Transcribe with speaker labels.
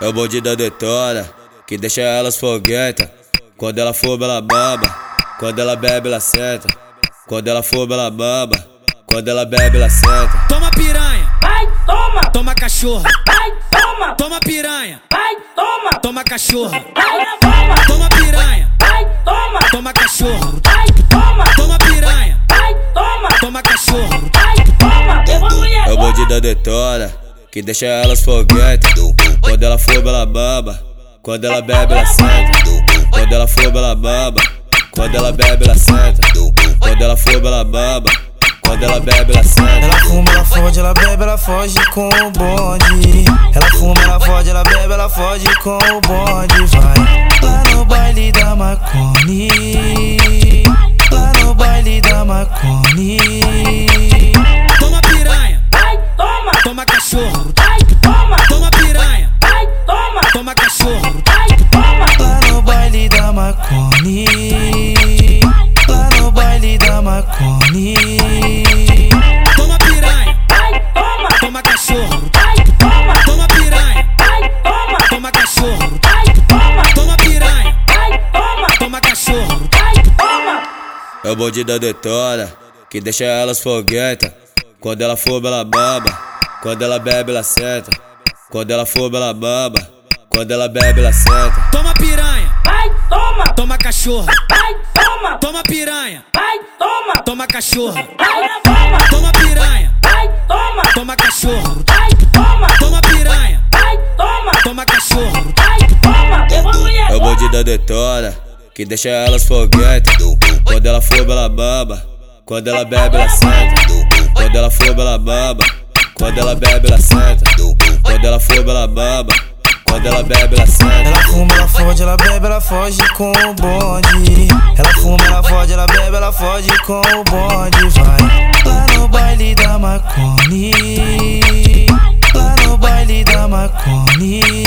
Speaker 1: É o bonde da detona, que deixa elas foguenta. Quando ela fuma, ela mama. Quando ela bebe, ela senta. Quando ela fuma, ela mama. Quando ela bebe, ela senta.
Speaker 2: Toma piranha,
Speaker 3: Vai, toma!
Speaker 2: toma cachorra,
Speaker 3: Vai, toma!
Speaker 2: toma piranha,
Speaker 3: Vai, toma!
Speaker 2: toma cachorra,
Speaker 3: Vai, toma!
Speaker 2: toma piranha,
Speaker 3: Vai, toma!
Speaker 2: toma cachorra,
Speaker 3: Vai, toma!
Speaker 2: toma piranha,
Speaker 3: Vai, toma!
Speaker 2: toma cachorro,
Speaker 3: Vai, toma! Eu vou mulher
Speaker 1: É o
Speaker 3: agora!
Speaker 1: bonde da detona, que deixa elas foguenta. Quando ela fuma, ela mama. Quando ela bebe, ela senta. Quando ela fuma, ela mama. Quando ela bebe, ela senta. Quando ela fuma, ela mama. Quando ela bebe, ela senta.
Speaker 4: Ela fuma, ela fode, ela bebe, ela foge com o bonde. Ela fuma, ela fode, ela bebe, ela foge com o bonde. Vai lá no baile da Macone. Lá no baile da Macone.
Speaker 2: toma piranha,
Speaker 3: Vai, toma!
Speaker 2: toma cachorro,
Speaker 3: Vai, toma!
Speaker 2: toma piranha,
Speaker 3: Vai, toma!
Speaker 2: toma cachorro,
Speaker 3: Vai, toma!
Speaker 4: Lá no baile da Macone. Lá no baile da Macone.
Speaker 2: toma piranha,
Speaker 3: Vai, toma!
Speaker 2: toma cachorro,
Speaker 3: Vai, toma!
Speaker 2: toma piranha,
Speaker 3: Vai, toma!
Speaker 2: toma cachorro,
Speaker 3: Vai, toma!
Speaker 2: toma piranha,
Speaker 3: Vai, toma!
Speaker 2: toma cachorro,
Speaker 3: Vai, toma!
Speaker 1: É o bonde da detona, que deixa elas foguenta. Quando ela fuma, ela mama. Quando ela bebe, ela senta. Quando ela fuma, ela mama. Quando ela bebe, ela senta.
Speaker 2: toma piranha,
Speaker 3: Vai, toma!
Speaker 2: toma cachorro,
Speaker 3: Vai, toma!
Speaker 2: toma piranha,
Speaker 3: Vai, toma!
Speaker 2: toma cachorro,
Speaker 3: Vai, toma!
Speaker 2: toma piranha,
Speaker 3: Vai, toma!
Speaker 2: toma cachorro,
Speaker 3: Vai, toma!
Speaker 2: toma piranha,
Speaker 3: Vai, toma!
Speaker 2: toma cachorro.
Speaker 3: Vai, toma! Eu vou mulher
Speaker 1: É o
Speaker 3: agora!
Speaker 1: bonde da detona, que deixa elas foguenta. Quando ela fuma, ela mama. Quando ela bebe, ela senta. Quando ela fuma, ela mama. Quando ela bebe, ela senta. Quando ela fuma, ela mama. Quando ela bebe, ela senta.
Speaker 4: Ela fuma, ela fode, ela bebe, ela foge com o bonde. Ela fuma, ela fode, ela bebe, ela foge com o bonde. Vai lá no baile da Macone. Lá no baile da Macone.